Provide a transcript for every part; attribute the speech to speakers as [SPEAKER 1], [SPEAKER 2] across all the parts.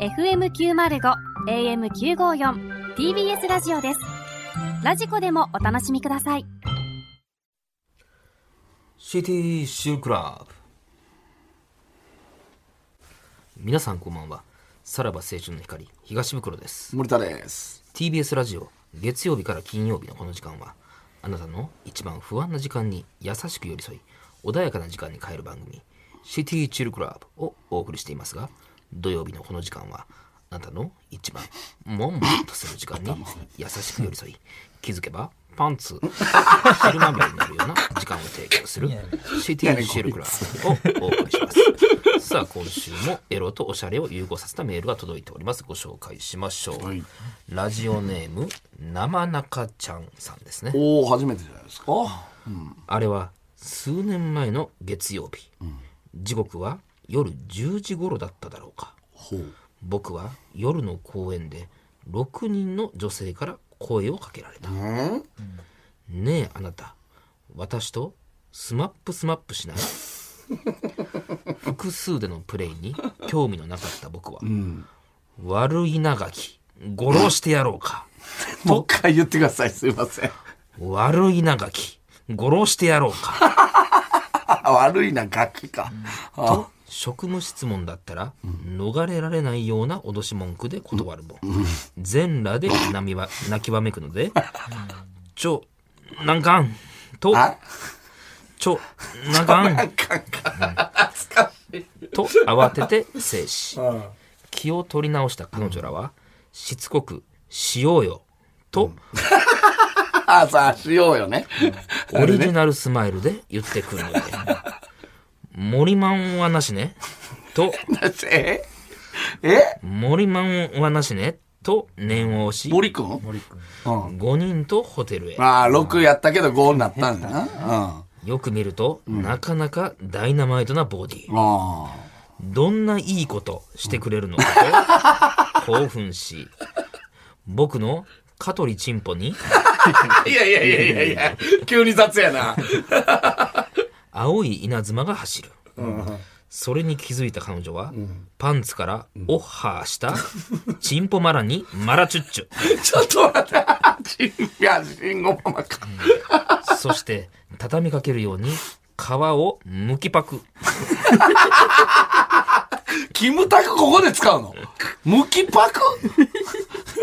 [SPEAKER 1] FM905 AM954 TBS ラジオですラジコでもお楽しみください
[SPEAKER 2] シティシュークラブ皆さんこんばんはさらば青春の光東袋です
[SPEAKER 3] 森田です。
[SPEAKER 2] TBS ラジオ月曜日から金曜日のこの時間はあなたの一番不安な時間に優しく寄り添い穏やかな時間に変える番組「シティチルクラブ」をお送りしていますが土曜日のこの時間はあなたの一番もんもんとする時間に優しく寄り添い気づけばパンツ昼まみれになるような時間を提供する「シティチルクラブ」をお送りしますさあ今週もエロとおしゃれを融合させたメールが届いておりますご紹介しましょう、
[SPEAKER 3] い
[SPEAKER 2] ラジオネーム生中ちゃんさんですね
[SPEAKER 3] おお、初めてじゃないですか。
[SPEAKER 2] あれは数年前の月曜日、時刻は夜10時頃だっただろうか
[SPEAKER 3] ほう。
[SPEAKER 2] 僕は夜の公園で6人の女性から声をかけられた
[SPEAKER 3] う、ん。
[SPEAKER 2] ねえあなた私とスマップスマップ しない複数でのプレイに興味のなかった僕は、悪い長きごろしてやろうか
[SPEAKER 3] もう一回言ってください。すいません。
[SPEAKER 2] 悪い長きごろしてやろうか
[SPEAKER 3] あ、悪いな、楽器か。あ、
[SPEAKER 2] 職務質問だったら逃れられないような脅し文句で断るも、ん、全裸で泣 みわ泣きわめくので「ちょなんかん」と
[SPEAKER 3] あ、
[SPEAKER 2] 「ちょなんかん」
[SPEAKER 3] かんか。懐かしい。
[SPEAKER 2] と慌てて制止
[SPEAKER 3] うん。
[SPEAKER 2] 気を取り直した彼女らはしつこく「しようよ」と
[SPEAKER 3] あ、さあ、しようよね。
[SPEAKER 2] オリジナルスマイルで言ってくる ので「森マンはなしね」と
[SPEAKER 3] だってええ
[SPEAKER 2] 「森マンはなしね」と念を押し
[SPEAKER 3] 森くん森くん。うん。
[SPEAKER 2] 5人とホテルへ
[SPEAKER 3] ああ、6やったけど5になったんだな。うん。あ
[SPEAKER 2] よく見ると、なかなかダイナマイトなボディ
[SPEAKER 3] あ。
[SPEAKER 2] どんないいことしてくれるのかと、興奮し僕の香取チンポに
[SPEAKER 3] いやいやいやいやいや、急に雑やな。
[SPEAKER 2] 青い稲妻が走る、それに気づいた彼女は、パンツからオッハーしたチンポマラにマラチュッチュ
[SPEAKER 3] ちょっと待って。ちいや、慎吾ママか。
[SPEAKER 2] そして畳みかけるように皮をむきパク
[SPEAKER 3] キムタクここで使うのムキパク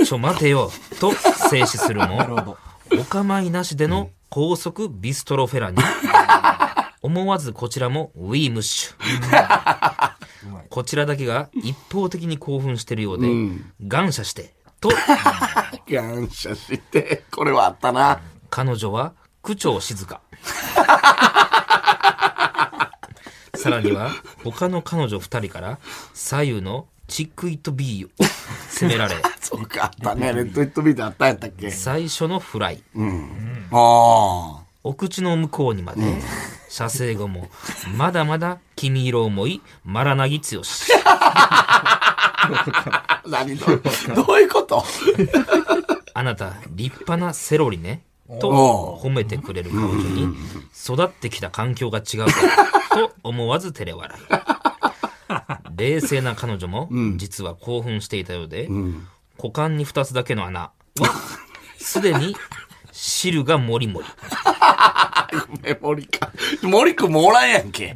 [SPEAKER 2] ちょ待てよと制止するもお構いなしでの高速ビストロフ ェラに思わずこちらもウィームッシュこちらだけが一方的に興奮しているようで、感謝してと
[SPEAKER 3] 感謝して、これはあったな。
[SPEAKER 2] 彼女は区長静 香さらには他の彼女2人から左右のチックイットビーを責められ
[SPEAKER 3] そうか、あったね。レッド・イット・ビートあったんやったっけ
[SPEAKER 2] 最初のフライ
[SPEAKER 3] あ
[SPEAKER 2] お口の向こうにまで、射精後も、まだまだ君色思い、マラナギ強し。
[SPEAKER 3] あ。何どうどういうこと
[SPEAKER 2] あなた、立派なセロリね。
[SPEAKER 3] お
[SPEAKER 2] と
[SPEAKER 3] う
[SPEAKER 2] 褒めてくれる彼女に、育ってきた環境が違うから、と思わず照れ笑い。冷静な彼女も、実は興奮していたようで、股間に2つだけの穴は、すでに汁がもりもり。
[SPEAKER 3] え、森か。森くんもおらんやんけ。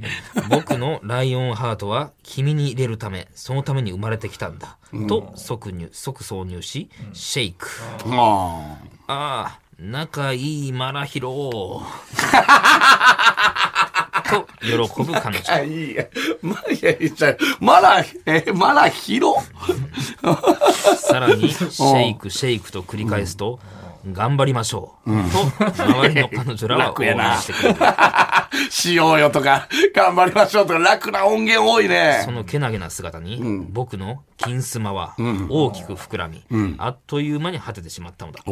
[SPEAKER 2] 僕のライオンハートは君に入れるためそのために生まれてきたんだ、と即入即挿入し、シェイク
[SPEAKER 3] あ
[SPEAKER 2] ああ仲いいマラヒ ロと喜ぶ彼女
[SPEAKER 3] あ。いいや。まあ、いや、いや、まだ、え、まだ広
[SPEAKER 2] さらにシェイクシェイクと繰り返すと、頑張りましょう、と周りの彼女らは応
[SPEAKER 3] 楽やな
[SPEAKER 2] 援してくれる
[SPEAKER 3] しようよとか、頑張りましょうとか、楽な音源多い
[SPEAKER 2] そ
[SPEAKER 3] ね。
[SPEAKER 2] のけなげな姿に、僕の金スマは大きく膨らみ、あっという間に果ててしまったのだった、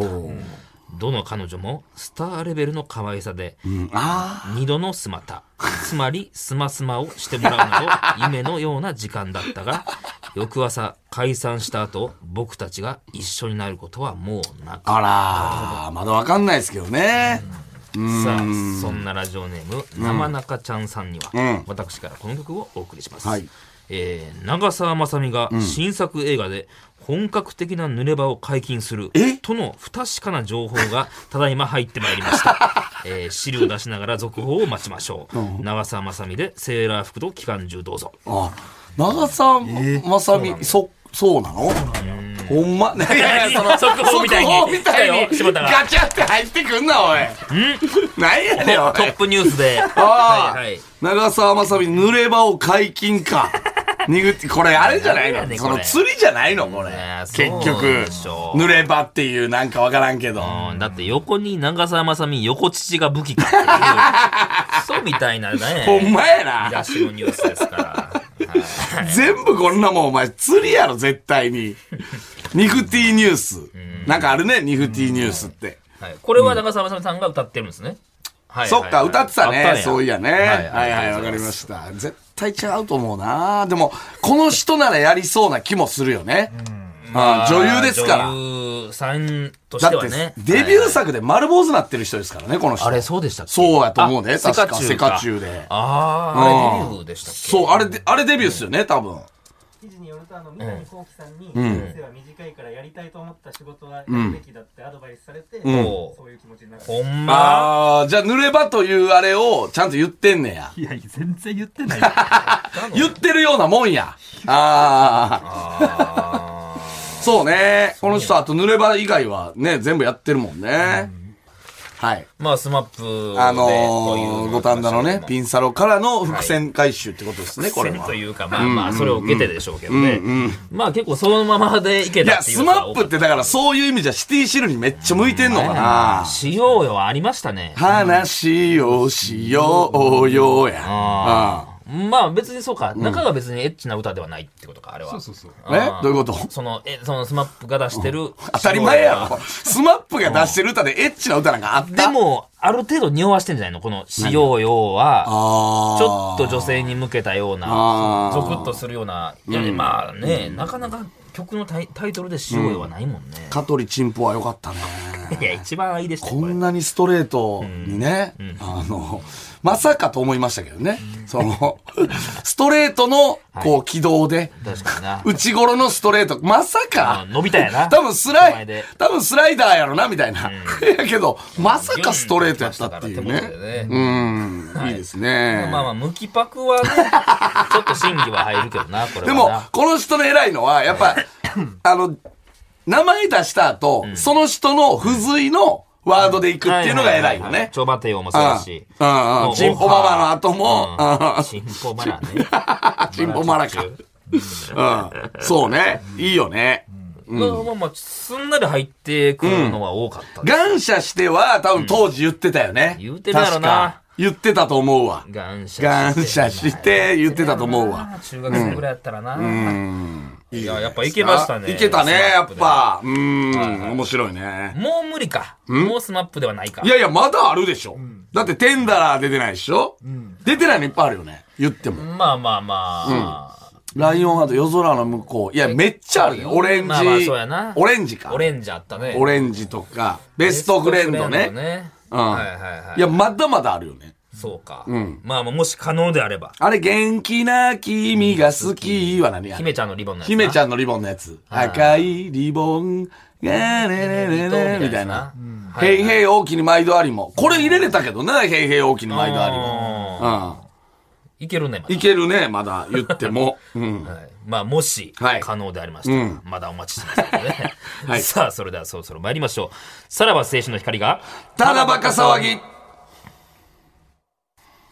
[SPEAKER 2] どの彼女もスターレベルの可愛さで、
[SPEAKER 3] あ
[SPEAKER 2] 二度のスマタつまりスマスマをしてもらうなど夢のような時間だったが翌朝解散した後僕たちが一緒になることはもうなく
[SPEAKER 3] あ。あら、まだわかんないですけどね。
[SPEAKER 2] さあそんなラジオネーム生中ちゃんさんには、私からこの曲をお送りします、
[SPEAKER 3] はい
[SPEAKER 2] えー長澤まさみが新作映画で本格的な濡れ場を解禁する
[SPEAKER 3] え
[SPEAKER 2] との不確かな情報がただいま入ってまいりま した、えー資料を出しながら続報を待ちましょう長澤まさみでセーラー服と機関銃どうぞ
[SPEAKER 3] あ、長澤まさみ、そ、そうなのほ んま、いやいや、その、
[SPEAKER 2] 速報みたいに
[SPEAKER 3] 速報みたいに
[SPEAKER 2] 来たよ柴田が
[SPEAKER 3] ガチャって入ってくんな、おい。なんやねん、おい
[SPEAKER 2] ト。ップニュースで
[SPEAKER 3] ああ、
[SPEAKER 2] はいはい
[SPEAKER 3] 長澤まさみ、濡れ場を解禁 か。にぐってこれあれじゃない
[SPEAKER 2] なんやね
[SPEAKER 3] の
[SPEAKER 2] ん
[SPEAKER 3] そ
[SPEAKER 2] こ
[SPEAKER 3] の
[SPEAKER 2] れ
[SPEAKER 3] 釣りじゃないのこれ
[SPEAKER 2] ねえ。
[SPEAKER 3] 結
[SPEAKER 2] そう
[SPEAKER 3] 局
[SPEAKER 2] でしょ、う
[SPEAKER 3] 濡れ場っていうなんかわからんけど。
[SPEAKER 2] うんだって横に長澤まさみ横乳が武器かって いうそうみたいなね
[SPEAKER 3] ほんまや
[SPEAKER 2] 見出
[SPEAKER 3] な。
[SPEAKER 2] しのニュースですから、はい
[SPEAKER 3] 全部こんなもんお前釣りやろ、絶対 に。ニフティニュース。なんかあるね、ニフティニュースって。
[SPEAKER 2] はい、これは長澤まさみさんが歌ってるんですね、はい
[SPEAKER 3] そっか、歌ってたね。そういやね。はいはい、
[SPEAKER 2] わ
[SPEAKER 3] わかりました。絶対違うと思うな。でも、この人ならやりそうな気もするよね。ああ女優ですから。
[SPEAKER 2] 女優さんとし
[SPEAKER 3] だ
[SPEAKER 2] て
[SPEAKER 3] っ
[SPEAKER 2] は
[SPEAKER 3] て、
[SPEAKER 2] ね
[SPEAKER 3] デビュー
[SPEAKER 2] はい
[SPEAKER 3] 作で丸坊主なってる人ですからね、この人。
[SPEAKER 2] あれそうでしたっけ
[SPEAKER 3] そうやと思うね
[SPEAKER 2] あ
[SPEAKER 3] 確
[SPEAKER 2] セカ
[SPEAKER 3] か
[SPEAKER 2] チュ
[SPEAKER 3] セカチュ
[SPEAKER 2] ウ
[SPEAKER 3] ウで
[SPEAKER 2] あああれデビューでしたっけ
[SPEAKER 3] そう、あれで、あれデビューっすよね、多分。
[SPEAKER 4] 記事によるとあの南こうきさんに人生は短いからやりたいと思った仕事はやるべきだってアドバイスされて、
[SPEAKER 3] ん
[SPEAKER 4] そういう気持ちになる。
[SPEAKER 2] ほんま
[SPEAKER 3] ああ、じゃあ、濡れ場というあれをちゃんと言ってんねや。
[SPEAKER 4] いやいや全然言ってない。
[SPEAKER 3] 言ってるようなもんや。ああ。そうね。この人、あと濡れ場以外はね、全部やってるもんね。はい。
[SPEAKER 2] まあスマップ
[SPEAKER 3] あのー、五反田のね、ピ
[SPEAKER 2] ン
[SPEAKER 3] ンサロからの伏線回収ってことですね、これは。
[SPEAKER 2] と
[SPEAKER 3] い
[SPEAKER 2] いうかまあまあそれを受けてでしょうけどね、まあ結構そのままでいけた
[SPEAKER 3] や、
[SPEAKER 2] っていう
[SPEAKER 3] スマップってだからそういう意味じゃシティシルにめっちゃ向いてんのかな。
[SPEAKER 2] しようよはありましたね
[SPEAKER 3] 話をしようよや。
[SPEAKER 2] ああまあ別にそうか、中が別にエッチな歌ではないってことか、あれは。
[SPEAKER 5] そうそう。
[SPEAKER 3] うんえ
[SPEAKER 2] あー
[SPEAKER 3] どういうこと
[SPEAKER 2] その、え、そのスマップが出してる。
[SPEAKER 3] 当たり前やろ。スマップが出してる歌でエッチな歌なんかあっ
[SPEAKER 2] しよう
[SPEAKER 3] た
[SPEAKER 2] よ。で、も、ある程度匂わしてんじゃないのこの、しようよは、
[SPEAKER 3] あー
[SPEAKER 2] ちょっと女性に向けたような
[SPEAKER 3] あ、ー
[SPEAKER 2] ゾクッとするような、いや、まあね、なかなか曲のタイタイトルでしようよはないもんね。
[SPEAKER 3] 香取チンポは良かったね。
[SPEAKER 2] いや、一番いいでしたよ
[SPEAKER 3] こ
[SPEAKER 2] これ
[SPEAKER 3] んなにストレートにね、あの、まさかと思いましたけどね。その、ストレートの、こう、軌道で、
[SPEAKER 2] 確かにな。
[SPEAKER 3] 内頃のストレート、まさか
[SPEAKER 2] うん伸びたやな。
[SPEAKER 3] 多分ス
[SPEAKER 2] 手
[SPEAKER 3] ラ
[SPEAKER 2] 前
[SPEAKER 3] イ
[SPEAKER 2] で、
[SPEAKER 3] 多分スライダーやろな、みたいな。 やけど、まさかストレートやったっていう
[SPEAKER 2] ギュンってきましたから手元で
[SPEAKER 3] ね。
[SPEAKER 2] ね
[SPEAKER 3] うん、いいですね。
[SPEAKER 2] まあまあ、無機パクはね、 ちょっと審議は入るけどな、これ
[SPEAKER 3] で
[SPEAKER 2] はな。
[SPEAKER 3] も、この人の偉いのは、や っぱ、あの、名前出した後、その人の付随のワードでいくっていうのが偉いよ
[SPEAKER 2] ははは
[SPEAKER 3] ね。
[SPEAKER 2] 蝶馬帝王もそうだし。
[SPEAKER 3] うんうんうん
[SPEAKER 2] もう
[SPEAKER 3] チンポママの後も
[SPEAKER 2] うん
[SPEAKER 3] うん
[SPEAKER 2] チンポマラね。
[SPEAKER 3] チンポマラ
[SPEAKER 2] マ
[SPEAKER 3] か
[SPEAKER 2] 中。
[SPEAKER 3] うん。そうね。いいよね。
[SPEAKER 2] まあまあまあ、すんなり入ってくるのは多かったね。
[SPEAKER 3] 感謝しては、多分当時言ってたよね。
[SPEAKER 2] 言ってたやろな
[SPEAKER 3] 確か言ってたと思うわ。
[SPEAKER 2] 感謝
[SPEAKER 3] 感謝して言ってたと思うわ。
[SPEAKER 2] 中学生ぐらいやったらな。いや、やっぱいけましたね。
[SPEAKER 3] いけたね、
[SPEAKER 2] ス
[SPEAKER 3] や
[SPEAKER 2] マッ
[SPEAKER 3] っ
[SPEAKER 2] プで。
[SPEAKER 3] ぱ。うん。面白いね。
[SPEAKER 2] もう無理か。もうスマップではないか。
[SPEAKER 3] いやいや、まだあるでしょ。だって、テンダラー出てないでしょ、出てないのいっぱいあるよね。言っても。
[SPEAKER 2] まあまあま
[SPEAKER 3] ライオンハート、夜空の向こう。いや、めっちゃあるね。オレンジ、
[SPEAKER 2] まあまあそうやな
[SPEAKER 3] オレンジか
[SPEAKER 2] あ。。オレンジあったね。
[SPEAKER 3] オレンジとか、ベストフレンド
[SPEAKER 2] ベスト
[SPEAKER 3] ね。
[SPEAKER 2] フレンド
[SPEAKER 3] うん
[SPEAKER 2] はいはいはい。
[SPEAKER 3] いや、まだまだあるよね。
[SPEAKER 2] そうか。まあまあ、もし可能であれば。
[SPEAKER 3] あれ、元気な君が好きは何や
[SPEAKER 2] 姫ちゃんのリボンのやつな。
[SPEAKER 3] 姫ちゃんのリボンのやつ。赤いリボン、ねねねねねみたいな。へいへい大きに毎度ありも。これ入れれたけどな、へいへい大きに毎度あり
[SPEAKER 2] うん
[SPEAKER 3] も。うん。
[SPEAKER 2] いけるね、まだ
[SPEAKER 3] いけるね、まだ言っても。うん。
[SPEAKER 2] はいまあ、もし、
[SPEAKER 3] はい
[SPEAKER 2] 可能でありましたら、まだお待ちしてますので、ね
[SPEAKER 3] はい
[SPEAKER 2] さあ、それではそろそろ参りましょう。さらば青春の光が、
[SPEAKER 3] ただバカ騒ぎ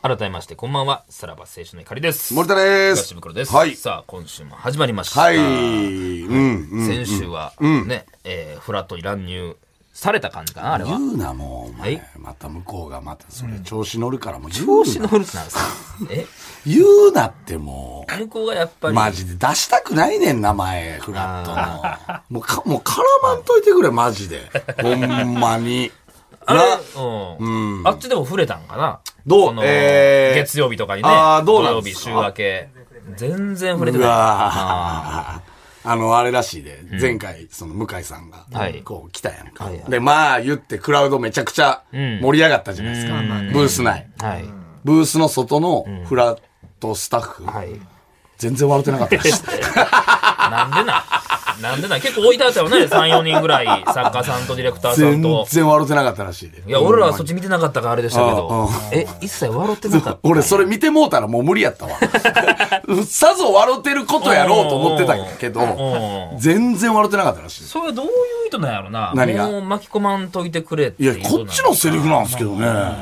[SPEAKER 2] 改めまして、こんばんは、さらば青春の光です。
[SPEAKER 3] 森田で
[SPEAKER 2] 東
[SPEAKER 3] す
[SPEAKER 2] 袋です。
[SPEAKER 3] はい。
[SPEAKER 2] さあ、今週も始まりました。
[SPEAKER 3] はい。うん。うん
[SPEAKER 2] 先週は、ね、えーフラットに乱入された感じかな、あれ
[SPEAKER 3] 言
[SPEAKER 2] は。
[SPEAKER 3] うな、もう、お
[SPEAKER 2] は
[SPEAKER 3] 前
[SPEAKER 2] い。
[SPEAKER 3] また向こうがまた、それ調子乗るから、もう
[SPEAKER 2] 調
[SPEAKER 3] 言
[SPEAKER 2] 子
[SPEAKER 3] う
[SPEAKER 2] 乗
[SPEAKER 3] な。
[SPEAKER 2] るなんですかえ
[SPEAKER 3] 言うなっても
[SPEAKER 2] 向こうがやっぱ
[SPEAKER 3] う、
[SPEAKER 2] り、
[SPEAKER 3] マジで出したくないねん、名前、フラットの。もうか、もう絡まんといてくれ、マジで。ほんまに。
[SPEAKER 2] あれ
[SPEAKER 3] な、
[SPEAKER 2] うん、あっちでも触れたんかな
[SPEAKER 3] どう
[SPEAKER 2] その
[SPEAKER 3] えー
[SPEAKER 2] 月曜日とかにね。
[SPEAKER 3] あーどうなんです
[SPEAKER 2] 土
[SPEAKER 3] か
[SPEAKER 2] 曜日週明け。全然触れて
[SPEAKER 3] う
[SPEAKER 2] ない。
[SPEAKER 3] わーあの、あれらしいで、前回、その、向井さんが
[SPEAKER 2] はい、
[SPEAKER 3] こう、来たやんか
[SPEAKER 2] はいは。い
[SPEAKER 3] で、まあ、言って、クラウドめちゃくちゃ盛り上がったじゃないですか。ブース内。
[SPEAKER 2] はい。
[SPEAKER 3] ブースの外のフラットスタッフ
[SPEAKER 2] はい。
[SPEAKER 3] 全然笑ってなかっ たらしい。
[SPEAKER 2] なんでな。なんで な。結構置いてあったよね。3、4人ぐらい、作家さんとディレクターさ
[SPEAKER 3] 全
[SPEAKER 2] んと。
[SPEAKER 3] 然笑ってなかったらしいで。
[SPEAKER 2] いや、俺らはそっち見てなかったからあれでしたけ
[SPEAKER 3] ああ
[SPEAKER 2] ど。え、一切笑ってなかった。
[SPEAKER 3] 俺、それ見てもうたらもう無理 やったわ。さぞ笑ってることやろうと思ってたけ
[SPEAKER 2] うん
[SPEAKER 3] ど、全然笑ってなかったらしい。
[SPEAKER 2] それはどういう意図なんやろな。
[SPEAKER 3] 何が
[SPEAKER 2] もう巻き込まんといてくれって
[SPEAKER 3] い
[SPEAKER 2] いう
[SPEAKER 3] や
[SPEAKER 2] の、
[SPEAKER 3] こっちのセリフなんですけどね。な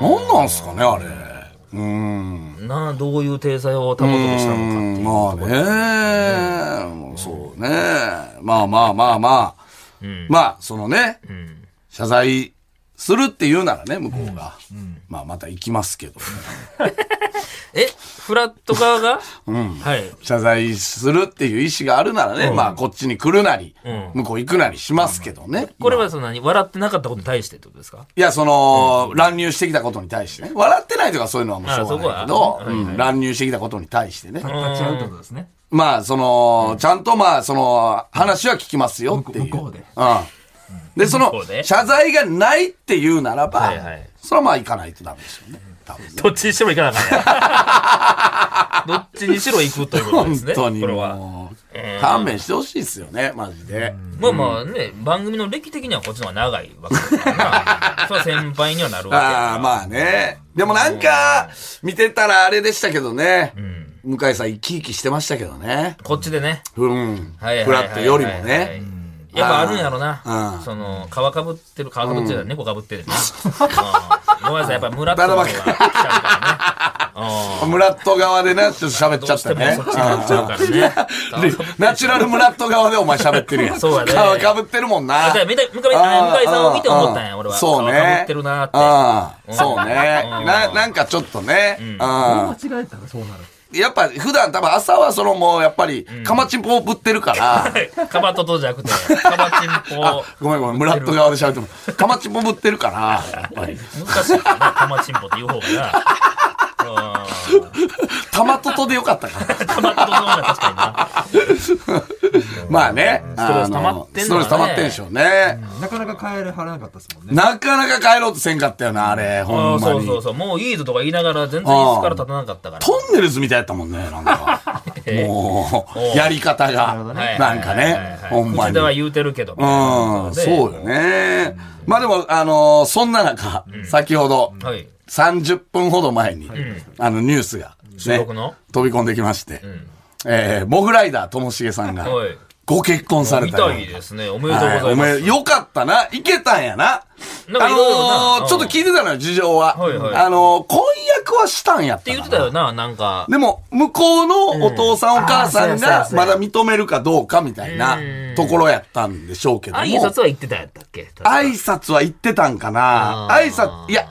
[SPEAKER 3] んなんすかね、あれ。うーん。
[SPEAKER 2] なあ、どういう体裁を保とうとしたのかっていうと
[SPEAKER 3] ま
[SPEAKER 2] こ
[SPEAKER 3] あ
[SPEAKER 2] ろ。
[SPEAKER 3] ね、もうそうね。まあまあまあまあ。
[SPEAKER 2] うん
[SPEAKER 3] まあ、そのね、
[SPEAKER 2] うん
[SPEAKER 3] 謝罪するって言うならね、向こうが。まあ、また行きますけど。
[SPEAKER 2] え、フラット側がはい。
[SPEAKER 3] 謝罪するっていう意思があるならね、まあ、こっちに来るなり、
[SPEAKER 2] ん
[SPEAKER 3] 向こう行くなりしますけどね。
[SPEAKER 2] これはその何笑ってなかったことに対してってことです か
[SPEAKER 3] いや、その、乱入してきたことに対してね。笑ってないとかそういうのはもうしょうがないけ
[SPEAKER 2] あ
[SPEAKER 3] ど、
[SPEAKER 2] そこは
[SPEAKER 3] うん乱入してきたことに対してね。
[SPEAKER 5] 立ち会うってことですね。
[SPEAKER 3] まあ、その、ちゃんとまあ、その、話は聞きますよっていう。
[SPEAKER 5] 向こう向こうで
[SPEAKER 3] うん。で、その
[SPEAKER 2] 向こう、で
[SPEAKER 3] 謝罪がないっていうならば、
[SPEAKER 2] はいはい
[SPEAKER 3] それはまあ行かないとダメですよね。多分ね。
[SPEAKER 2] どっちにしろ行かなあかんやん どっちにしろ行くということです
[SPEAKER 3] 本
[SPEAKER 2] ね。
[SPEAKER 3] 当に
[SPEAKER 2] これは。
[SPEAKER 3] もう、勘弁してほしいですよね、マジで。
[SPEAKER 2] まあまあね、番組の歴的にはこっちの方が長いわけですから な。それは先輩にはなるわけや
[SPEAKER 3] ああ、まあね。でもなんか、見てたらあれでしたけどね。向井さん生き生きしてましたけどね。
[SPEAKER 2] こっちでね。
[SPEAKER 3] うん。
[SPEAKER 2] はいはい
[SPEAKER 3] フ
[SPEAKER 2] はい
[SPEAKER 3] ラ
[SPEAKER 2] はい
[SPEAKER 3] ットよりも
[SPEAKER 2] はいはいはい
[SPEAKER 3] ね。
[SPEAKER 2] やっぱあるんやろな
[SPEAKER 3] う。ん
[SPEAKER 2] その、皮かぶってる、皮かぶってるやつ、猫かぶって るやつな。うんごめんなさい、やっぱ村田の方が来ちゃうからね。うん
[SPEAKER 3] ムラット側でね、ちょっと喋っち
[SPEAKER 2] ど
[SPEAKER 3] ゃ
[SPEAKER 2] う
[SPEAKER 3] っ
[SPEAKER 2] して
[SPEAKER 3] た
[SPEAKER 2] も
[SPEAKER 3] ね
[SPEAKER 2] そっちになっちゃうからね。
[SPEAKER 3] でナチュラルムラット側でお前喋ってるやん。
[SPEAKER 2] そうやね
[SPEAKER 3] 顔かぶってるもんな。
[SPEAKER 2] あ、じゃあ、向井向井向井さんを見て思ったんや、俺は。
[SPEAKER 3] そうね。
[SPEAKER 2] 顔被ってるなーって。
[SPEAKER 3] ああ、そうね。な、なんかちょっとね。うん。
[SPEAKER 5] 間違えたらそうなる。
[SPEAKER 3] やっぱ普段多分朝はそのもうやっぱり、かまちんぽをぶってるから。
[SPEAKER 2] カバトとじゃなくて、カバチン ポ。
[SPEAKER 3] ごめんごめん、ムラット側で喋っても。かまちんぽぶってるから、やっぱり。
[SPEAKER 2] 難しいよね、カマチンポって言う方がな。
[SPEAKER 3] たまととでよかったから。
[SPEAKER 2] カバトとの方が確かにな。
[SPEAKER 3] まあね。
[SPEAKER 2] ストレス溜まってんのかね
[SPEAKER 3] あストレス溜まってんでしょうね。
[SPEAKER 5] なかなか帰れはらなかったですもんね。
[SPEAKER 3] なかなか帰ろうとせんかったよな、あれ。ほ
[SPEAKER 2] あ
[SPEAKER 3] ん
[SPEAKER 2] ー
[SPEAKER 3] ま
[SPEAKER 2] そう
[SPEAKER 3] に
[SPEAKER 2] そ。うそう、もういいぞとか言いながら全然椅子から立たなかったから。
[SPEAKER 3] トンネルズみたいやったもんね、なんか。 もう、やり方が、
[SPEAKER 2] はい
[SPEAKER 3] なんかね、ほんま
[SPEAKER 2] 口
[SPEAKER 3] に。
[SPEAKER 2] では
[SPEAKER 3] う
[SPEAKER 2] 言うてるけど。
[SPEAKER 3] ん、そうよ。ね。まあでも、あのーそんな中、先ほど、
[SPEAKER 2] はい。
[SPEAKER 3] 30分ほど前に、あの、ニュースが、
[SPEAKER 2] 収
[SPEAKER 3] ね
[SPEAKER 2] 録、の
[SPEAKER 3] 飛び込んできまして、えーモグライダーともしげさんが、
[SPEAKER 2] はい。
[SPEAKER 3] ご結婚され
[SPEAKER 2] 見
[SPEAKER 3] たよ
[SPEAKER 2] たいですね。おめでとうござい
[SPEAKER 3] はい、お
[SPEAKER 2] ます。
[SPEAKER 3] めでよかったな。いけたんやな。
[SPEAKER 2] なんかいろいろな
[SPEAKER 3] あのーちょっと聞いてたのよ、事情は。
[SPEAKER 2] はいはい
[SPEAKER 3] あのー婚約はしたんやっ
[SPEAKER 2] って
[SPEAKER 3] たか
[SPEAKER 2] 言
[SPEAKER 3] な
[SPEAKER 2] ってたよな、なんか。
[SPEAKER 3] でも、向こうのお父さん、お母さん
[SPEAKER 5] そうや
[SPEAKER 3] が
[SPEAKER 5] そうや
[SPEAKER 3] まだ認めるかどうかみたいなところやったんでしょうけども。
[SPEAKER 2] 挨拶は言ってたやったっけ
[SPEAKER 3] 挨拶は言ってたんかな
[SPEAKER 2] あー
[SPEAKER 3] 挨拶、いや、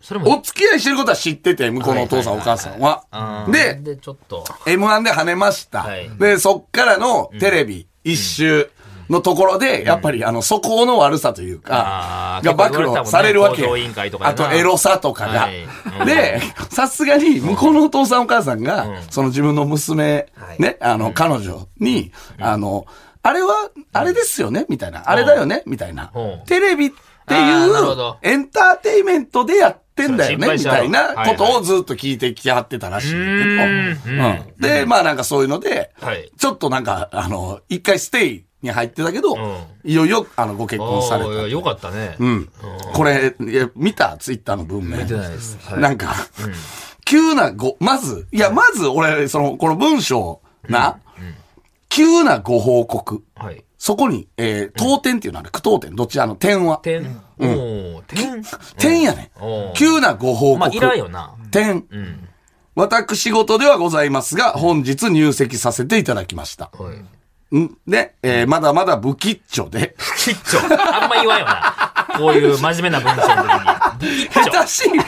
[SPEAKER 2] それも
[SPEAKER 3] お付き合いしてることは知ってて、向こうのお父さん、お母さんは
[SPEAKER 2] あ。ー
[SPEAKER 3] で、
[SPEAKER 2] で、ちょっと。
[SPEAKER 3] M1 で跳ねました。
[SPEAKER 2] はい
[SPEAKER 3] で、そっからのテレビ一周のところで、やっぱりあの、素行の悪さというか
[SPEAKER 2] あ、ー
[SPEAKER 3] が暴
[SPEAKER 2] 結構言われたもんね
[SPEAKER 3] 露されるわけ
[SPEAKER 2] 向
[SPEAKER 3] よ
[SPEAKER 2] 上委員会と。か
[SPEAKER 3] あ
[SPEAKER 2] でな
[SPEAKER 3] と、エロさとかが
[SPEAKER 2] はいうん。
[SPEAKER 3] で、さすがに、向こうのお父さんお母さんが、その自分の娘
[SPEAKER 2] は、い
[SPEAKER 3] ね、あの、彼女に、あの、あれは、あれですよねみたいな。あれだよねみたいな
[SPEAKER 2] うん。
[SPEAKER 3] テレビって
[SPEAKER 2] あ
[SPEAKER 3] い
[SPEAKER 2] ー
[SPEAKER 3] う
[SPEAKER 2] なるほど、
[SPEAKER 3] エンターテイメントでやってんだよ
[SPEAKER 2] そ
[SPEAKER 3] ね
[SPEAKER 2] う心配
[SPEAKER 3] み
[SPEAKER 2] しちゃ
[SPEAKER 3] た
[SPEAKER 2] う
[SPEAKER 3] いなこと
[SPEAKER 2] はい
[SPEAKER 3] をずっと聞いてきてはってたらしいん
[SPEAKER 2] ー
[SPEAKER 3] だけど。うんで、まあなんかそういうので、
[SPEAKER 2] はい。
[SPEAKER 3] ちょっとなんか、あの、一回ステイに入ってたけど、
[SPEAKER 2] う
[SPEAKER 3] いよいよ、あの、ご結婚され
[SPEAKER 2] あ
[SPEAKER 3] た
[SPEAKER 2] ー。よかったね。
[SPEAKER 3] うん。これ、いや見たツイッターの文面。
[SPEAKER 2] 見てないです。はい
[SPEAKER 3] なんか、急なご、まず、いや、まず俺、その、この文章、な、急なご報告。
[SPEAKER 2] はい。
[SPEAKER 3] そこに、えー、当点っていうのはね、句当点、どっちあの、点は。
[SPEAKER 2] 点、もう、点。
[SPEAKER 3] 点やね
[SPEAKER 2] おー。
[SPEAKER 3] 急なご報告。
[SPEAKER 2] まあ、いらんよな。
[SPEAKER 3] 点。
[SPEAKER 2] うん。
[SPEAKER 3] 私事ではございますが、本日入籍させていただきました。
[SPEAKER 2] はい。
[SPEAKER 3] んで、えーまだまだ不吉祥で、
[SPEAKER 2] 吉兆。あんま言わんよな。こういう真面目な文章の時 に。吉兆
[SPEAKER 3] 下手しい、さ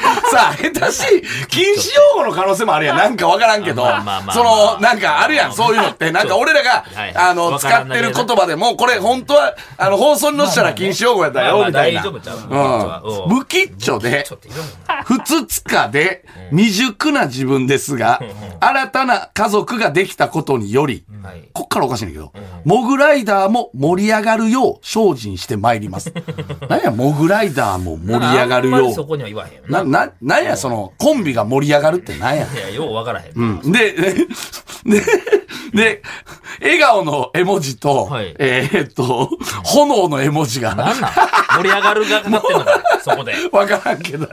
[SPEAKER 3] あ、下手しい、禁止用語の可能性もあるやん。なんかわからんけど
[SPEAKER 2] まあまあまあま、あ
[SPEAKER 3] その、なんかあるやん、
[SPEAKER 2] まあまあ
[SPEAKER 3] そういうのって。なんか俺らが
[SPEAKER 2] はい、はい
[SPEAKER 3] あの、
[SPEAKER 2] わ
[SPEAKER 3] 使
[SPEAKER 2] からん
[SPEAKER 3] っ
[SPEAKER 2] な
[SPEAKER 3] て
[SPEAKER 2] り
[SPEAKER 3] る
[SPEAKER 2] の
[SPEAKER 3] 言葉でも、これ本当は、あの、放送に載せたら禁止用語やった
[SPEAKER 2] まあま
[SPEAKER 3] よ、
[SPEAKER 2] あ
[SPEAKER 3] みたいな。
[SPEAKER 2] 大丈夫ちゃう
[SPEAKER 3] うん。無吉兆で
[SPEAKER 2] ちょ、っといらんよな。
[SPEAKER 3] 不つかで、未熟な自分ですが、新たな家族ができたことにより、
[SPEAKER 2] はい。
[SPEAKER 3] こからおかしいねんだけど、モグライダーも盛り上がるよう精進してまいり ます。何や、モグライダーも盛り上が
[SPEAKER 2] あ
[SPEAKER 3] る
[SPEAKER 2] んま
[SPEAKER 3] よ。
[SPEAKER 2] りそうこには言わへんよな。
[SPEAKER 3] な、な、なんや、その、コンビが盛り上がるってなんや。
[SPEAKER 2] いや、ようわからへん。
[SPEAKER 3] うん。で、で、で、で笑顔の絵文字と、
[SPEAKER 2] はい
[SPEAKER 3] えーっと、炎の絵文字が、
[SPEAKER 2] なんなん盛り上がるがなってんのか、そ こで。
[SPEAKER 3] わからんけど。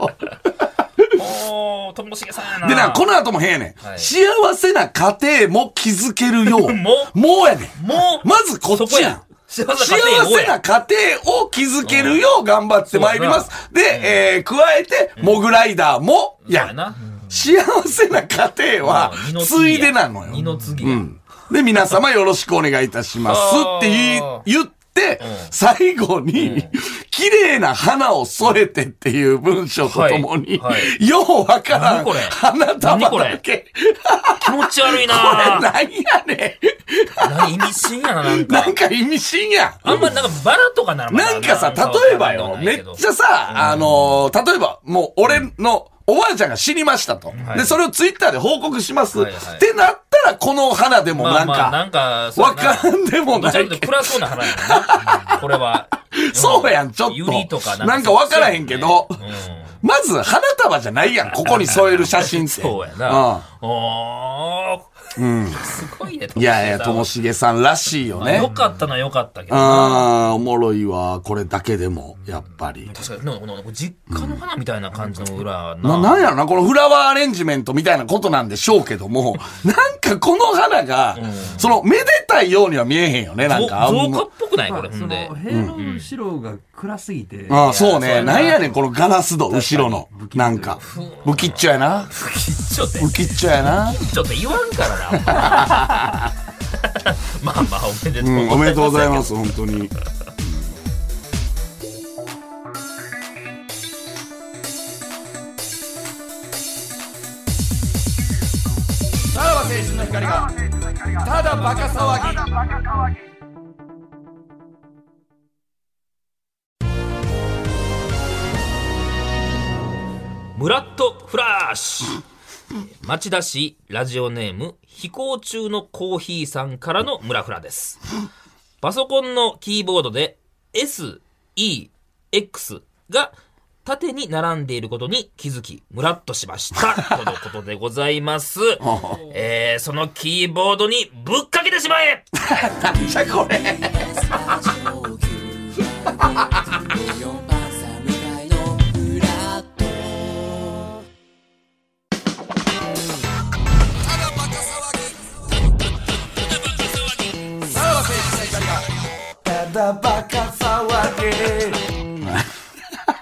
[SPEAKER 2] おー、ともしげさんやな。
[SPEAKER 3] でな、この後も変やねん。
[SPEAKER 2] はい
[SPEAKER 3] 幸せな家庭も築けるよう。
[SPEAKER 2] も
[SPEAKER 3] もうやねん。
[SPEAKER 2] もう、
[SPEAKER 3] まずこっちやん。
[SPEAKER 2] そこや幸せな家
[SPEAKER 3] 幸
[SPEAKER 2] 庭もや
[SPEAKER 3] せな家庭を築けるよう頑張ってまいります。で、えー、加えて、モグライダーも、
[SPEAKER 2] そう
[SPEAKER 3] や
[SPEAKER 2] や
[SPEAKER 3] ん。
[SPEAKER 2] な。
[SPEAKER 3] 幸せな家庭は
[SPEAKER 2] うん二、の
[SPEAKER 3] つ
[SPEAKER 2] 次や
[SPEAKER 3] いでなのよ。
[SPEAKER 2] 二の次
[SPEAKER 3] う
[SPEAKER 2] や。
[SPEAKER 3] ん。で、皆様よろしくお願いいたしますって言い
[SPEAKER 2] あー
[SPEAKER 3] 言って、
[SPEAKER 2] ん
[SPEAKER 3] 最後に、綺麗な花を添えてっていう文章とともに、
[SPEAKER 2] はいは
[SPEAKER 3] ようわからん
[SPEAKER 2] 何これ
[SPEAKER 3] 花
[SPEAKER 2] 何
[SPEAKER 3] 束
[SPEAKER 2] これ
[SPEAKER 3] だけ。
[SPEAKER 2] 気持ち悪い
[SPEAKER 3] これ
[SPEAKER 2] な
[SPEAKER 3] なんやね
[SPEAKER 2] 何意味深やな、なん
[SPEAKER 3] ん。な
[SPEAKER 2] か
[SPEAKER 3] ん。か意味深や。
[SPEAKER 2] あんま、なんか、バラとかならまだ
[SPEAKER 3] なんかさ、例えばよ、めっち
[SPEAKER 2] ゃ、
[SPEAKER 3] ゃさ、あのー、例えば、もう俺の、おばあちゃんが死にましたと。
[SPEAKER 2] はい
[SPEAKER 3] で、それをツイッターで報告します。
[SPEAKER 2] はいはい
[SPEAKER 3] ってなったら、この花でも
[SPEAKER 2] ま
[SPEAKER 3] な
[SPEAKER 2] あ
[SPEAKER 3] ん
[SPEAKER 2] まあ、
[SPEAKER 3] か、
[SPEAKER 2] なんか、そう
[SPEAKER 3] わ
[SPEAKER 2] やな
[SPEAKER 3] からんでも
[SPEAKER 2] ど
[SPEAKER 3] な
[SPEAKER 2] ちらか
[SPEAKER 3] い
[SPEAKER 2] と
[SPEAKER 3] け
[SPEAKER 2] いうと
[SPEAKER 3] ど
[SPEAKER 2] 暗そうな話やな。これは。
[SPEAKER 3] そうやんちょっと
[SPEAKER 2] ユリとか
[SPEAKER 3] なんかわからへんけど
[SPEAKER 2] そうやねうん
[SPEAKER 3] まず花束じゃないやん、ここに添える写真って。
[SPEAKER 2] そうやな。おー
[SPEAKER 3] ん
[SPEAKER 2] すごいね、
[SPEAKER 3] うん。いやいや、ともしげさんらしいよ
[SPEAKER 2] ね。
[SPEAKER 3] ね
[SPEAKER 2] よ。かったな、よかったけどな。
[SPEAKER 3] あー、おもろいわ。これだけでも、やっぱり。
[SPEAKER 2] 確かに、なんかなんか実家の花みたいな感じの裏
[SPEAKER 3] な、
[SPEAKER 2] な。
[SPEAKER 3] なんやろな、このフラワーアレンジメントみたいなことなんでしょうけども、なんかこの花が、その、めでたいようには見えへんよね、なん
[SPEAKER 2] 造
[SPEAKER 3] かあんま。
[SPEAKER 2] 造花っぽくない
[SPEAKER 5] ま
[SPEAKER 2] これ、
[SPEAKER 5] あ
[SPEAKER 2] ほ
[SPEAKER 5] そ
[SPEAKER 2] んで
[SPEAKER 5] の。塀の白が暗すぎて、
[SPEAKER 3] ああ、そう
[SPEAKER 2] いやそ
[SPEAKER 3] ね。
[SPEAKER 2] うやな
[SPEAKER 3] なんやねん、このガラス戸、後ろの。なんか。不吉っちょやな。
[SPEAKER 2] ちょっと、
[SPEAKER 3] 不吉っちょやな。
[SPEAKER 2] ちょっと言わんからなほんま。 まあまあ、おめでと
[SPEAKER 3] う
[SPEAKER 2] う。
[SPEAKER 3] ん、おめでとうございます、本当に。さらば青春の光が、ただバカ騒ぎ。
[SPEAKER 2] ムラッとフラッシュ町田市ラジオネーム飛行中のコーヒーさんからのムラフラですパソコンのキーボードで SEX が縦に並んでいることに気づき、ムラッとしました。とのことでございます。えー、そのキーボードにぶっかけてしまえ
[SPEAKER 3] じゃあこれ。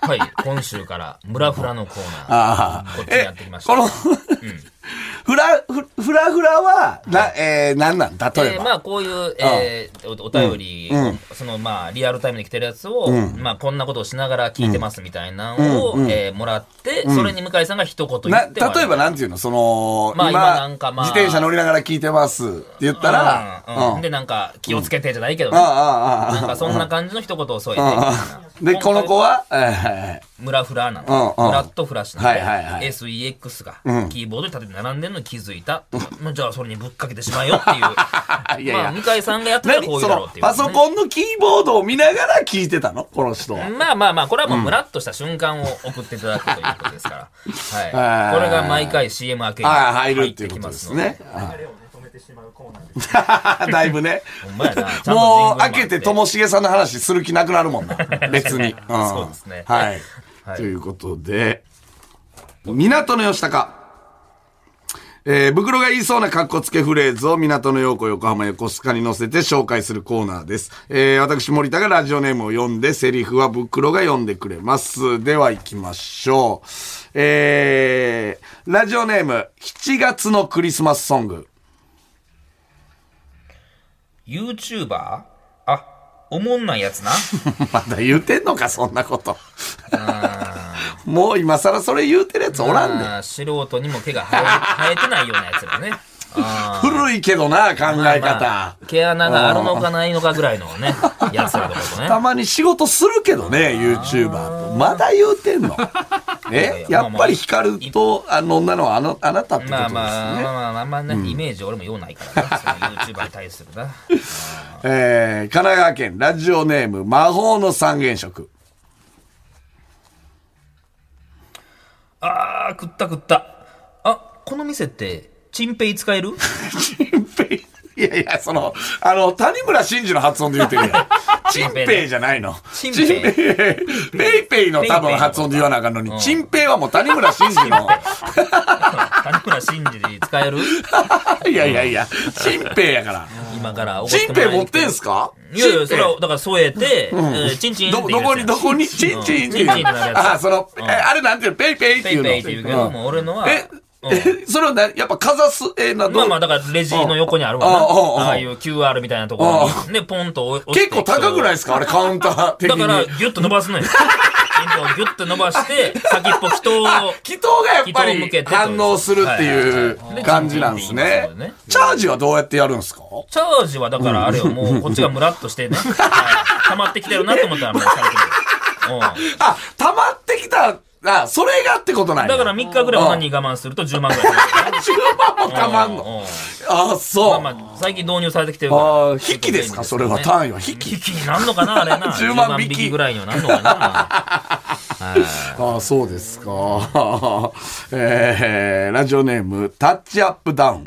[SPEAKER 2] はい、今週からムラフラのコーナー。
[SPEAKER 3] ああ
[SPEAKER 2] こっちに
[SPEAKER 3] え
[SPEAKER 2] やってきま、した
[SPEAKER 3] この、ふら、ふふらふらは、な、えー、なんなん例え
[SPEAKER 2] えーま
[SPEAKER 3] ば。
[SPEAKER 2] あこういう、えーおお便り、そのまあリアルタイムで来てるやつを、まあこんなことをしながら聞いてますみたいなのを、えーもらって、それに向井さんが一言言
[SPEAKER 3] な、
[SPEAKER 2] っては
[SPEAKER 3] 例えばなんていうのその、
[SPEAKER 2] まあ今なんかまあ
[SPEAKER 3] 自転車乗りながら聞いてますって言ったら、
[SPEAKER 2] うんうん
[SPEAKER 3] うん
[SPEAKER 2] でなんか気をつけてじゃないけど、
[SPEAKER 3] あああああ
[SPEAKER 2] なん
[SPEAKER 3] あ
[SPEAKER 2] かそんな感じの一言を添えてみたいな
[SPEAKER 3] ああで、この子は、えー
[SPEAKER 2] ムラフラな
[SPEAKER 3] うんう
[SPEAKER 2] の
[SPEAKER 3] ん、
[SPEAKER 2] ムラッとフラッシュなの、
[SPEAKER 3] はいはいはい
[SPEAKER 2] SEX がキーボードに立てて並んでるのに気づいた、まあじゃあそれにぶっかけてしまえよって いう
[SPEAKER 3] あ、いやい
[SPEAKER 2] ま
[SPEAKER 3] や
[SPEAKER 2] あ、向井さんがやってたら
[SPEAKER 3] 何
[SPEAKER 2] こういう
[SPEAKER 3] そ
[SPEAKER 2] だろ
[SPEAKER 3] の
[SPEAKER 2] うって、いうね、
[SPEAKER 3] パソコンのキーボードを見ながら聞いてたのこの人は。
[SPEAKER 2] まあまあまあ、これはもうムラっとした瞬間を送っていただくということです から。
[SPEAKER 3] あ
[SPEAKER 2] は
[SPEAKER 3] ー
[SPEAKER 2] い。これが毎回 CM 明けに
[SPEAKER 3] ああ、
[SPEAKER 2] 入
[SPEAKER 3] 入るっ
[SPEAKER 2] ってて
[SPEAKER 3] いうこ
[SPEAKER 2] き
[SPEAKER 3] と
[SPEAKER 2] ま
[SPEAKER 3] ですす
[SPEAKER 2] ので。
[SPEAKER 3] ね。
[SPEAKER 4] 流れをね止めてしまうコーナーで す。
[SPEAKER 3] だいぶね。
[SPEAKER 2] ほんまやな。ちゃんとジングル
[SPEAKER 3] もう、
[SPEAKER 2] もあっ
[SPEAKER 3] 開けてともしげさんの話する気なくなる もんな。別に。ん
[SPEAKER 2] そうですね
[SPEAKER 3] はい
[SPEAKER 2] は。い
[SPEAKER 3] ということで、港の吉高。えー、袋が言いそうな格好つけフレーズを港の陽子横浜横須賀に載せて紹介するコーナーです。えー、私森田がラジオネームを読んで、セリフは袋が読んでくれます。では行きましょう。えー、ラジオネーム、7月のクリスマスソング。
[SPEAKER 2] YouTuber? あ、おもんないやつな。
[SPEAKER 3] まだ言うてんのか、そんなこと。 もう今更それ言うてるやつおらんねん。
[SPEAKER 2] あー素人にも毛が生え生えてないようなやつだね。
[SPEAKER 3] 古いけどな、考え方。
[SPEAKER 2] 毛穴があるのかないのかぐらいの ね、やつだと思うとね。
[SPEAKER 3] たまに仕事するけどね、YouTuber と。まだ言うてん の。え
[SPEAKER 2] いやいや
[SPEAKER 3] やっぱり光ると、あの女のあの、あなたってこ
[SPEAKER 2] ま
[SPEAKER 3] とで
[SPEAKER 2] あ
[SPEAKER 3] す
[SPEAKER 2] まあ、まあ
[SPEAKER 3] ね。
[SPEAKER 2] まあまあ、まあね、イメージ俺も用ないからな、その YouTuber に対するな。
[SPEAKER 3] えー神奈川県ラジオネーム、魔法の三原色。
[SPEAKER 2] あー、食った食った。あ、この店って、チンペイ使える
[SPEAKER 3] チンペイ。いやいや、その、あの、谷村新司の発音で言ってるやん。 チンペイじゃないの。
[SPEAKER 2] チンペイね
[SPEAKER 3] チンペイ。ペイペイの多分発音で言わなあかんのに、チンペイはもう谷村新司
[SPEAKER 2] 谷
[SPEAKER 3] の。
[SPEAKER 2] 村新司で使える
[SPEAKER 3] いやいやいや、チンペイやから。
[SPEAKER 2] 今からおご
[SPEAKER 3] チン
[SPEAKER 2] も
[SPEAKER 3] ペイ
[SPEAKER 2] らい
[SPEAKER 3] 持
[SPEAKER 2] に
[SPEAKER 3] っ
[SPEAKER 2] 来る
[SPEAKER 3] てんすか
[SPEAKER 2] いやいや、それ
[SPEAKER 3] チンペイ
[SPEAKER 2] は、だから添えて、えーチンチンって
[SPEAKER 3] ど、
[SPEAKER 2] 言う
[SPEAKER 3] どこ
[SPEAKER 2] や
[SPEAKER 3] に、
[SPEAKER 2] つ
[SPEAKER 3] どこに、チンチンっていう
[SPEAKER 2] チン
[SPEAKER 3] の
[SPEAKER 2] チンってなるやつ
[SPEAKER 3] あ、その、え、あれなんていうのペイペイって
[SPEAKER 2] ペ
[SPEAKER 3] い
[SPEAKER 2] イ
[SPEAKER 3] うの
[SPEAKER 2] ペイって言うけど、もう俺のは、
[SPEAKER 3] え
[SPEAKER 2] う、ん
[SPEAKER 3] え、それをな、やっぱかざす、え、な、
[SPEAKER 2] ま
[SPEAKER 3] ど
[SPEAKER 2] あ
[SPEAKER 3] う
[SPEAKER 2] まあ、だからレジの横にあるわ
[SPEAKER 3] ああああああ
[SPEAKER 2] な。ああいう QR みたいなところ
[SPEAKER 3] あ
[SPEAKER 2] に、ね、ポンと押して
[SPEAKER 3] 結構高くないですかあれカウンター的
[SPEAKER 2] だ
[SPEAKER 3] に。
[SPEAKER 2] から、ギュッと伸ばすのよ。円をギュッと伸ばして、 先っぽ人を、
[SPEAKER 3] 祈祷がやっぱ
[SPEAKER 2] 祈祷を向
[SPEAKER 3] り
[SPEAKER 2] けてと
[SPEAKER 3] 反応するっていう
[SPEAKER 2] はいはい
[SPEAKER 3] 感じなんです
[SPEAKER 2] で
[SPEAKER 3] ね
[SPEAKER 2] チンチンって言いますのでね。
[SPEAKER 3] チャージはどうやってやるんですか
[SPEAKER 2] チャージはだからあれよ、もうこっちがムラっと してね、はい溜まってきてるなと思ったらもうされてる。うん
[SPEAKER 3] あ、溜まってきた、あ、それがってことない。
[SPEAKER 2] だから
[SPEAKER 3] 10
[SPEAKER 2] 3日ぐらいお犯人我慢すると10万ぐらい。
[SPEAKER 3] 万も溜まん
[SPEAKER 2] う
[SPEAKER 3] の。
[SPEAKER 2] ん
[SPEAKER 3] あ、そう。
[SPEAKER 2] まあまあ、最近導入されてきてるから。
[SPEAKER 3] あー引きですかそれは単位は引き
[SPEAKER 2] 引。きになんのかなあれな。
[SPEAKER 3] 10
[SPEAKER 2] 10
[SPEAKER 3] 万
[SPEAKER 2] 万
[SPEAKER 3] 引
[SPEAKER 2] 引
[SPEAKER 3] き
[SPEAKER 2] きぐらいにはなんのかな
[SPEAKER 3] ああ、そうですか。 えー、ラジオネーム、タッチアップダウン。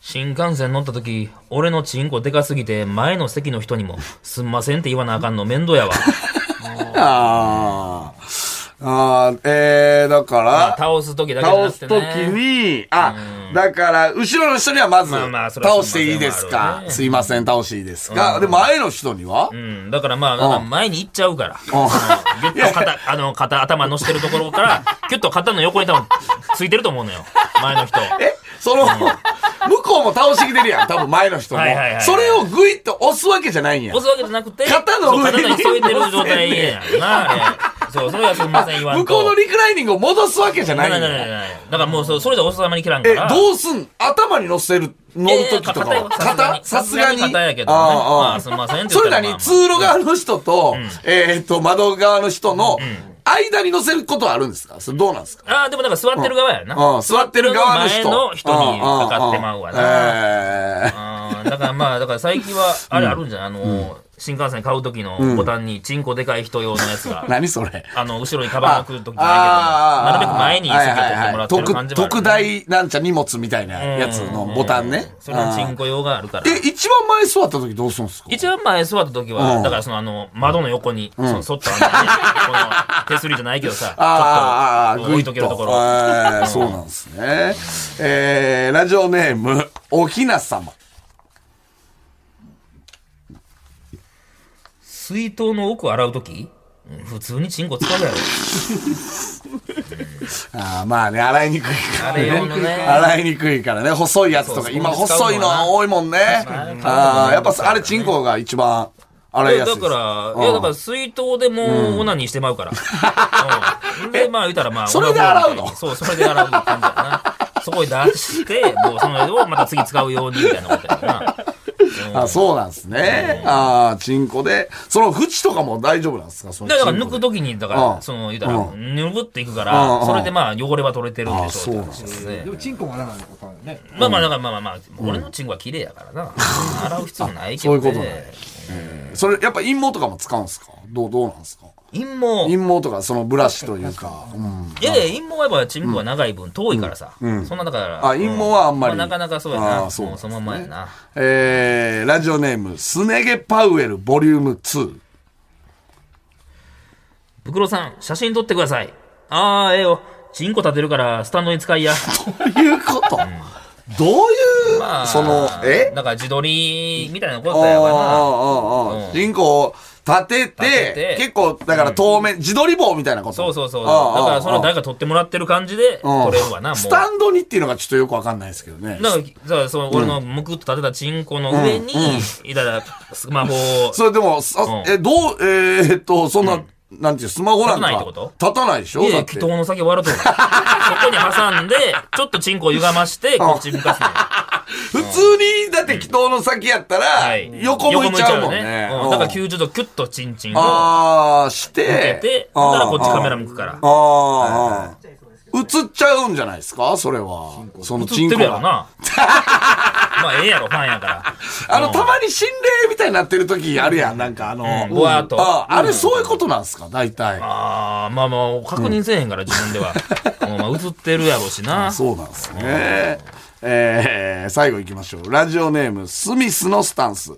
[SPEAKER 2] 新幹線乗った時、俺のチンコでかすぎて前の席の人にも、すんませんって言わなあかんの面倒 やわ。
[SPEAKER 3] ああ。ああ、えー、だから、
[SPEAKER 2] 倒す時だけじゃ
[SPEAKER 3] 倒
[SPEAKER 2] なく
[SPEAKER 3] す
[SPEAKER 2] て
[SPEAKER 3] と
[SPEAKER 2] ね。
[SPEAKER 3] きに、あ、だから、後ろの人にはまず、
[SPEAKER 2] まあまあそれは
[SPEAKER 3] 倒していいですか、すいません、倒していいですか、で、前の人には、
[SPEAKER 2] うん、だからまあ、なんか前に行っちゃうから。
[SPEAKER 3] うん
[SPEAKER 2] ギュッと肩、あの、肩、頭乗してるところから、ギュッと肩の横に多分、ついてると思うのよ。前の人。
[SPEAKER 3] えその、向こうも倒してきて るやん、多分前の人も。
[SPEAKER 2] はいはいはい
[SPEAKER 3] それをグイッと押すわけじゃないんや
[SPEAKER 2] 押。すわけじゃなくて、
[SPEAKER 3] 肩の上に
[SPEAKER 2] そう肩の添えてる状態やんな、あ れそう、それはすみません、言わんと。
[SPEAKER 3] 向こうのリクライニングを戻すわけじゃないん
[SPEAKER 2] な
[SPEAKER 3] や。
[SPEAKER 2] いないないないだからもうそ、それでおさまに切らんか
[SPEAKER 3] え
[SPEAKER 2] ら。、
[SPEAKER 3] どうすん頭に乗せる、乗るときとかは。
[SPEAKER 2] 肩
[SPEAKER 3] 肩
[SPEAKER 2] さ
[SPEAKER 3] さ
[SPEAKER 2] す
[SPEAKER 3] す
[SPEAKER 2] が
[SPEAKER 3] が
[SPEAKER 2] に
[SPEAKER 3] に。
[SPEAKER 2] 肩やけどねまあすんませんって言
[SPEAKER 3] そ
[SPEAKER 2] ったら
[SPEAKER 3] れ何
[SPEAKER 2] まあ
[SPEAKER 3] 通路側の人と、えーっと、窓側の人の間に乗せることはあるんですかそれどうなんですか
[SPEAKER 2] ああ、でもだから座ってる側やな。
[SPEAKER 3] うん、座ってる側の人。
[SPEAKER 2] 前の人にかかってまうわ
[SPEAKER 3] な。えー
[SPEAKER 2] あーだからまあ、だから最近は、あれあるんじゃない、あの、新幹線買う時のボタンに、チンコでかい人用のやつが。
[SPEAKER 3] 何それ
[SPEAKER 2] あの、後ろにカバン置くときじゃないけども、なるべく前に席を取ってもらってる感じもある
[SPEAKER 3] 特大なんちゃ荷物みたいなやつのボタンね。
[SPEAKER 2] それのチンコ用があるから。
[SPEAKER 3] え、一番前座った時どうすんすか
[SPEAKER 2] 一番前座った時は、
[SPEAKER 3] うん
[SPEAKER 2] だからそのあの、窓の横に、そのそっとあの、ね、この手すりじゃないけどさ、
[SPEAKER 3] あーあー、
[SPEAKER 2] ちょっ
[SPEAKER 3] あー
[SPEAKER 2] と
[SPEAKER 3] グ
[SPEAKER 2] 置
[SPEAKER 3] イ
[SPEAKER 2] い
[SPEAKER 3] ッ
[SPEAKER 2] と
[SPEAKER 3] と
[SPEAKER 2] けるところ。
[SPEAKER 3] えーそうなんですね。えー、ラジオネーム、おひなさま。
[SPEAKER 2] 水筒の奥洗う時うん普通にチンコ使うやろ。
[SPEAKER 3] あーまあね、洗いにくいか
[SPEAKER 2] あ
[SPEAKER 3] ら
[SPEAKER 2] れ用
[SPEAKER 3] ね。
[SPEAKER 2] のね。
[SPEAKER 3] 洗いにくいからね、細いやつと
[SPEAKER 2] そ
[SPEAKER 3] か、
[SPEAKER 2] う
[SPEAKER 3] 今
[SPEAKER 2] そう
[SPEAKER 3] 細いのは多いもんね。
[SPEAKER 2] に
[SPEAKER 3] ああ、やっぱあれ、チンコが一番洗い
[SPEAKER 2] いや
[SPEAKER 3] やすい
[SPEAKER 2] だ
[SPEAKER 3] です。
[SPEAKER 2] から、いやだから水筒でもうオナニーしてまう から。うんで、まあ言うたらまあ。
[SPEAKER 3] それで洗うの
[SPEAKER 2] オナホールみたいにそう、それで洗う感じやな。そこに出して、もうそのをまた次使うようにみたいなことやな。
[SPEAKER 3] あそうなんですね。ああ、チンコで。その縁とかも大丈夫なんですかその
[SPEAKER 2] だから
[SPEAKER 3] チン
[SPEAKER 2] 抜
[SPEAKER 3] コ
[SPEAKER 2] く
[SPEAKER 3] で
[SPEAKER 2] ときに、だか
[SPEAKER 3] う
[SPEAKER 2] ら、
[SPEAKER 3] ん
[SPEAKER 2] その、言うたら、
[SPEAKER 3] う
[SPEAKER 2] ぬぶっていくか
[SPEAKER 3] うんうん
[SPEAKER 2] ら、それでまあ、汚れは取れてるんで
[SPEAKER 3] あ
[SPEAKER 2] し
[SPEAKER 3] そ
[SPEAKER 2] ょ
[SPEAKER 3] う
[SPEAKER 2] う
[SPEAKER 3] なんです
[SPEAKER 2] です
[SPEAKER 6] で
[SPEAKER 2] ね。
[SPEAKER 6] もチンコも穴なんだことはね。
[SPEAKER 2] まあまあ、だからまあまあまあ、俺のチンコは綺麗やからな。洗う必要ないけ
[SPEAKER 3] そうい
[SPEAKER 2] ど
[SPEAKER 3] うこと
[SPEAKER 2] ね
[SPEAKER 3] ね。それ、やっぱ陰毛とかも使うんですかどう、どうなんですか
[SPEAKER 2] 陰謀。
[SPEAKER 3] 陰毛とか、そのブラシというか。うん
[SPEAKER 2] いやいや、陰謀はやっぱチンコは長い分遠いからさ。そんなだから。
[SPEAKER 3] あ陰謀はあんまり
[SPEAKER 2] なかなかそうや
[SPEAKER 3] あー
[SPEAKER 2] な。
[SPEAKER 3] そう
[SPEAKER 2] も
[SPEAKER 3] なんで
[SPEAKER 2] う
[SPEAKER 3] す
[SPEAKER 2] そ
[SPEAKER 3] ね
[SPEAKER 2] のまんまやな。
[SPEAKER 3] えー、ラジオネーム、スネゲパウエルボリューム2。
[SPEAKER 2] ブクロさん、写真撮ってください。ああ、ええよ。チンコ立てるから、スタンドに使いや。
[SPEAKER 3] どういうことどういう、
[SPEAKER 2] まあ
[SPEAKER 3] その、え
[SPEAKER 2] だから自撮りみたいなこ
[SPEAKER 3] ああ
[SPEAKER 2] とやわ
[SPEAKER 3] あああ
[SPEAKER 2] うん
[SPEAKER 3] 人口を立て
[SPEAKER 2] 立
[SPEAKER 3] て、
[SPEAKER 2] てて
[SPEAKER 3] 結構、だから当面、自撮り棒みたいなこと。
[SPEAKER 2] な。そうそうそう。だ
[SPEAKER 3] ああ
[SPEAKER 2] から、それ
[SPEAKER 3] あ
[SPEAKER 2] は誰か撮ってもらってる感じで、
[SPEAKER 3] あ
[SPEAKER 2] 撮れるわな、もう。
[SPEAKER 3] スタンドにっていうのがちょっとよくわかんないですけどね。
[SPEAKER 2] だから、だからその俺のむくっと立てたチンコの上に、いたら、スマホを。
[SPEAKER 3] それでも、さ
[SPEAKER 2] うん
[SPEAKER 3] え、どう、えーっと、そんな、なんていう、スマホなんか。
[SPEAKER 2] 立たないってこと
[SPEAKER 3] 立たないでしょ
[SPEAKER 2] い
[SPEAKER 3] だ
[SPEAKER 2] や、
[SPEAKER 3] って
[SPEAKER 2] 祈祷の先割ると思う。そこに挟んで、ちょっとチンコを歪まして、こっち向かすのよ。
[SPEAKER 3] 普通に、だって祈祷の先やったら、横向いちゃうもん
[SPEAKER 2] 横
[SPEAKER 3] ね。
[SPEAKER 2] 向いちゃうようんだから90度キュッとチンチンを向
[SPEAKER 3] あー、して。
[SPEAKER 2] けて、
[SPEAKER 3] あー
[SPEAKER 2] だからこっちカメラ向くから。
[SPEAKER 3] あ
[SPEAKER 4] ちゃいそうですけど
[SPEAKER 3] ー、映っちゃうんじゃないですかそれは。そのチ
[SPEAKER 2] 映っ
[SPEAKER 3] ン
[SPEAKER 2] て
[SPEAKER 3] コ
[SPEAKER 2] るやろ
[SPEAKER 3] が。
[SPEAKER 2] な。まあ、ええやろ、ファンやから。
[SPEAKER 3] あの、たまに心霊みたいになってる時あるやん。なんかあの、
[SPEAKER 2] うんぼわっと
[SPEAKER 3] あーあれそういうことなんですか大体。
[SPEAKER 2] ああ、まあまあ、確認せえへんから、自分では。 うんまあ、映ってるやろうしな。
[SPEAKER 3] そうなんですね。えー、最後行きましょう。ラジオネーム、スミスのスタンス。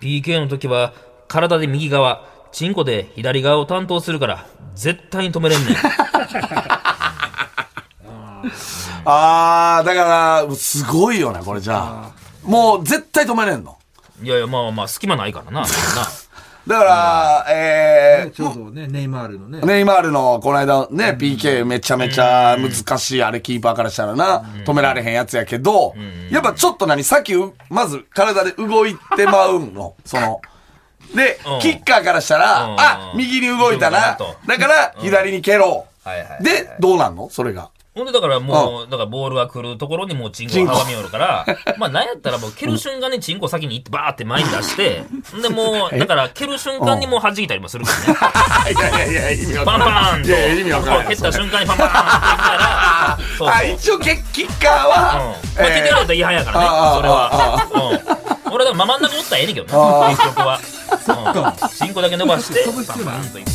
[SPEAKER 2] PK の時は、体で右側、チンコで左側を担当するから、絶対に止めれんねん。
[SPEAKER 3] あー、だから、すごいよね、これじゃあ。もう、絶対止めれんの。
[SPEAKER 2] いやいや、まあまあ、隙間ないからな。
[SPEAKER 3] だから、え
[SPEAKER 5] ちょうどね、ネイマールのね
[SPEAKER 3] ー、。ネイマールの、この間ね、PK めちゃめちゃ難しい、あれ、キーパーからしたらな、止められへんやつやけど、やっぱちょっと何、さっき、まず体で動いてまうの、その。で
[SPEAKER 2] うん、
[SPEAKER 3] キッカーからした
[SPEAKER 2] う
[SPEAKER 3] ら
[SPEAKER 2] ん、
[SPEAKER 3] あ、右に動いたな
[SPEAKER 2] 動いたなと。
[SPEAKER 3] だから、左に蹴ろう。
[SPEAKER 2] はいはいはい
[SPEAKER 3] で、どうなんのそ れが。
[SPEAKER 2] ほんで、だからもう、だからボールが来るところにもうチンコが阻み寄るから、まあなんやったらもう蹴る瞬間にチンコ先に行ってバーって前に出して、で もう、だから蹴る瞬間にもう弾いたりもするからね。
[SPEAKER 3] いやいやいや、意味わ
[SPEAKER 2] パ
[SPEAKER 3] か
[SPEAKER 2] ン
[SPEAKER 3] ん
[SPEAKER 2] パ
[SPEAKER 3] な
[SPEAKER 2] ーン
[SPEAKER 3] い。
[SPEAKER 2] と。
[SPEAKER 3] いやいや、意味わかん
[SPEAKER 2] こ
[SPEAKER 3] な
[SPEAKER 2] う
[SPEAKER 3] い。
[SPEAKER 2] 蹴った瞬間にパンパーンって行ったら、
[SPEAKER 3] あ、
[SPEAKER 2] そうそう。
[SPEAKER 3] 一応キッキッカー
[SPEAKER 2] う
[SPEAKER 3] は、
[SPEAKER 2] ん。まあ、蹴ってやられたら嫌やからね、それは。うん。俺はでも真ん中おったらええねんけどな、結局は。うん。チンコだけ伸ばして、パンパーンと行く。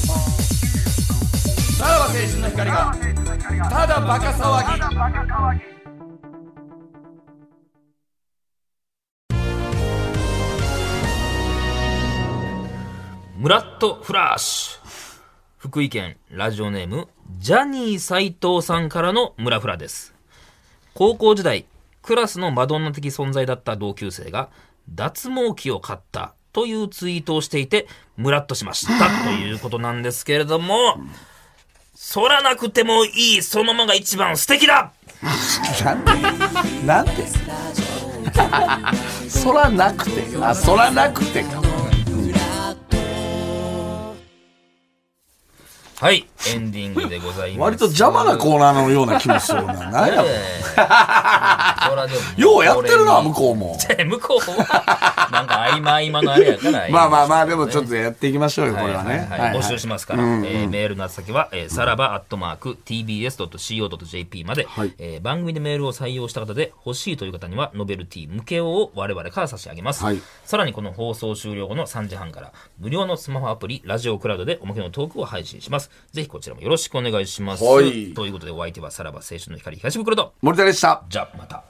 [SPEAKER 3] さらば青春の光が、ただバカ騒ぎ。
[SPEAKER 2] ムラッとフラッシュ福井県ラジオネームジャニー斎藤さんからのムラフラです高校時代クラスのマドンナ的存在だった同級生が脱毛器を買ったというツイートをしていてムラッとしましたということなんですけれども剃らなくてもいいそのままが一番素敵だ
[SPEAKER 3] なんでなんでそらなくてあそらなくてか
[SPEAKER 2] はいエンディングでございます
[SPEAKER 3] 割と邪魔なコーナーのような気もするな何やろ
[SPEAKER 2] えーそらでも
[SPEAKER 3] ようやってるな向
[SPEAKER 2] う
[SPEAKER 3] こうも
[SPEAKER 2] って向こうは、なんか合間合間のあれやから。
[SPEAKER 3] まあまあまあでもちょっとやっていきましょうよこ
[SPEAKER 2] はい
[SPEAKER 3] れ
[SPEAKER 2] は
[SPEAKER 3] はいね
[SPEAKER 2] はい、募集しますから、
[SPEAKER 3] うんうん
[SPEAKER 2] えーメールの宛先は、えーさらばアットマーク tbs.co.jp まで、
[SPEAKER 3] はい
[SPEAKER 2] えー番組でメールを採用した方で欲しいという方にはノベルティ向けを我々から差し上げます、
[SPEAKER 3] はい
[SPEAKER 2] さらにこの放送終了後の3時半から無料のスマホアプリラジオクラウドでおまけのトークを配信しますぜひこちらもよろしくお願いします、
[SPEAKER 3] はい
[SPEAKER 2] ということでお相手はさらば青春の光東袋と
[SPEAKER 3] 森田でした
[SPEAKER 2] じゃあまた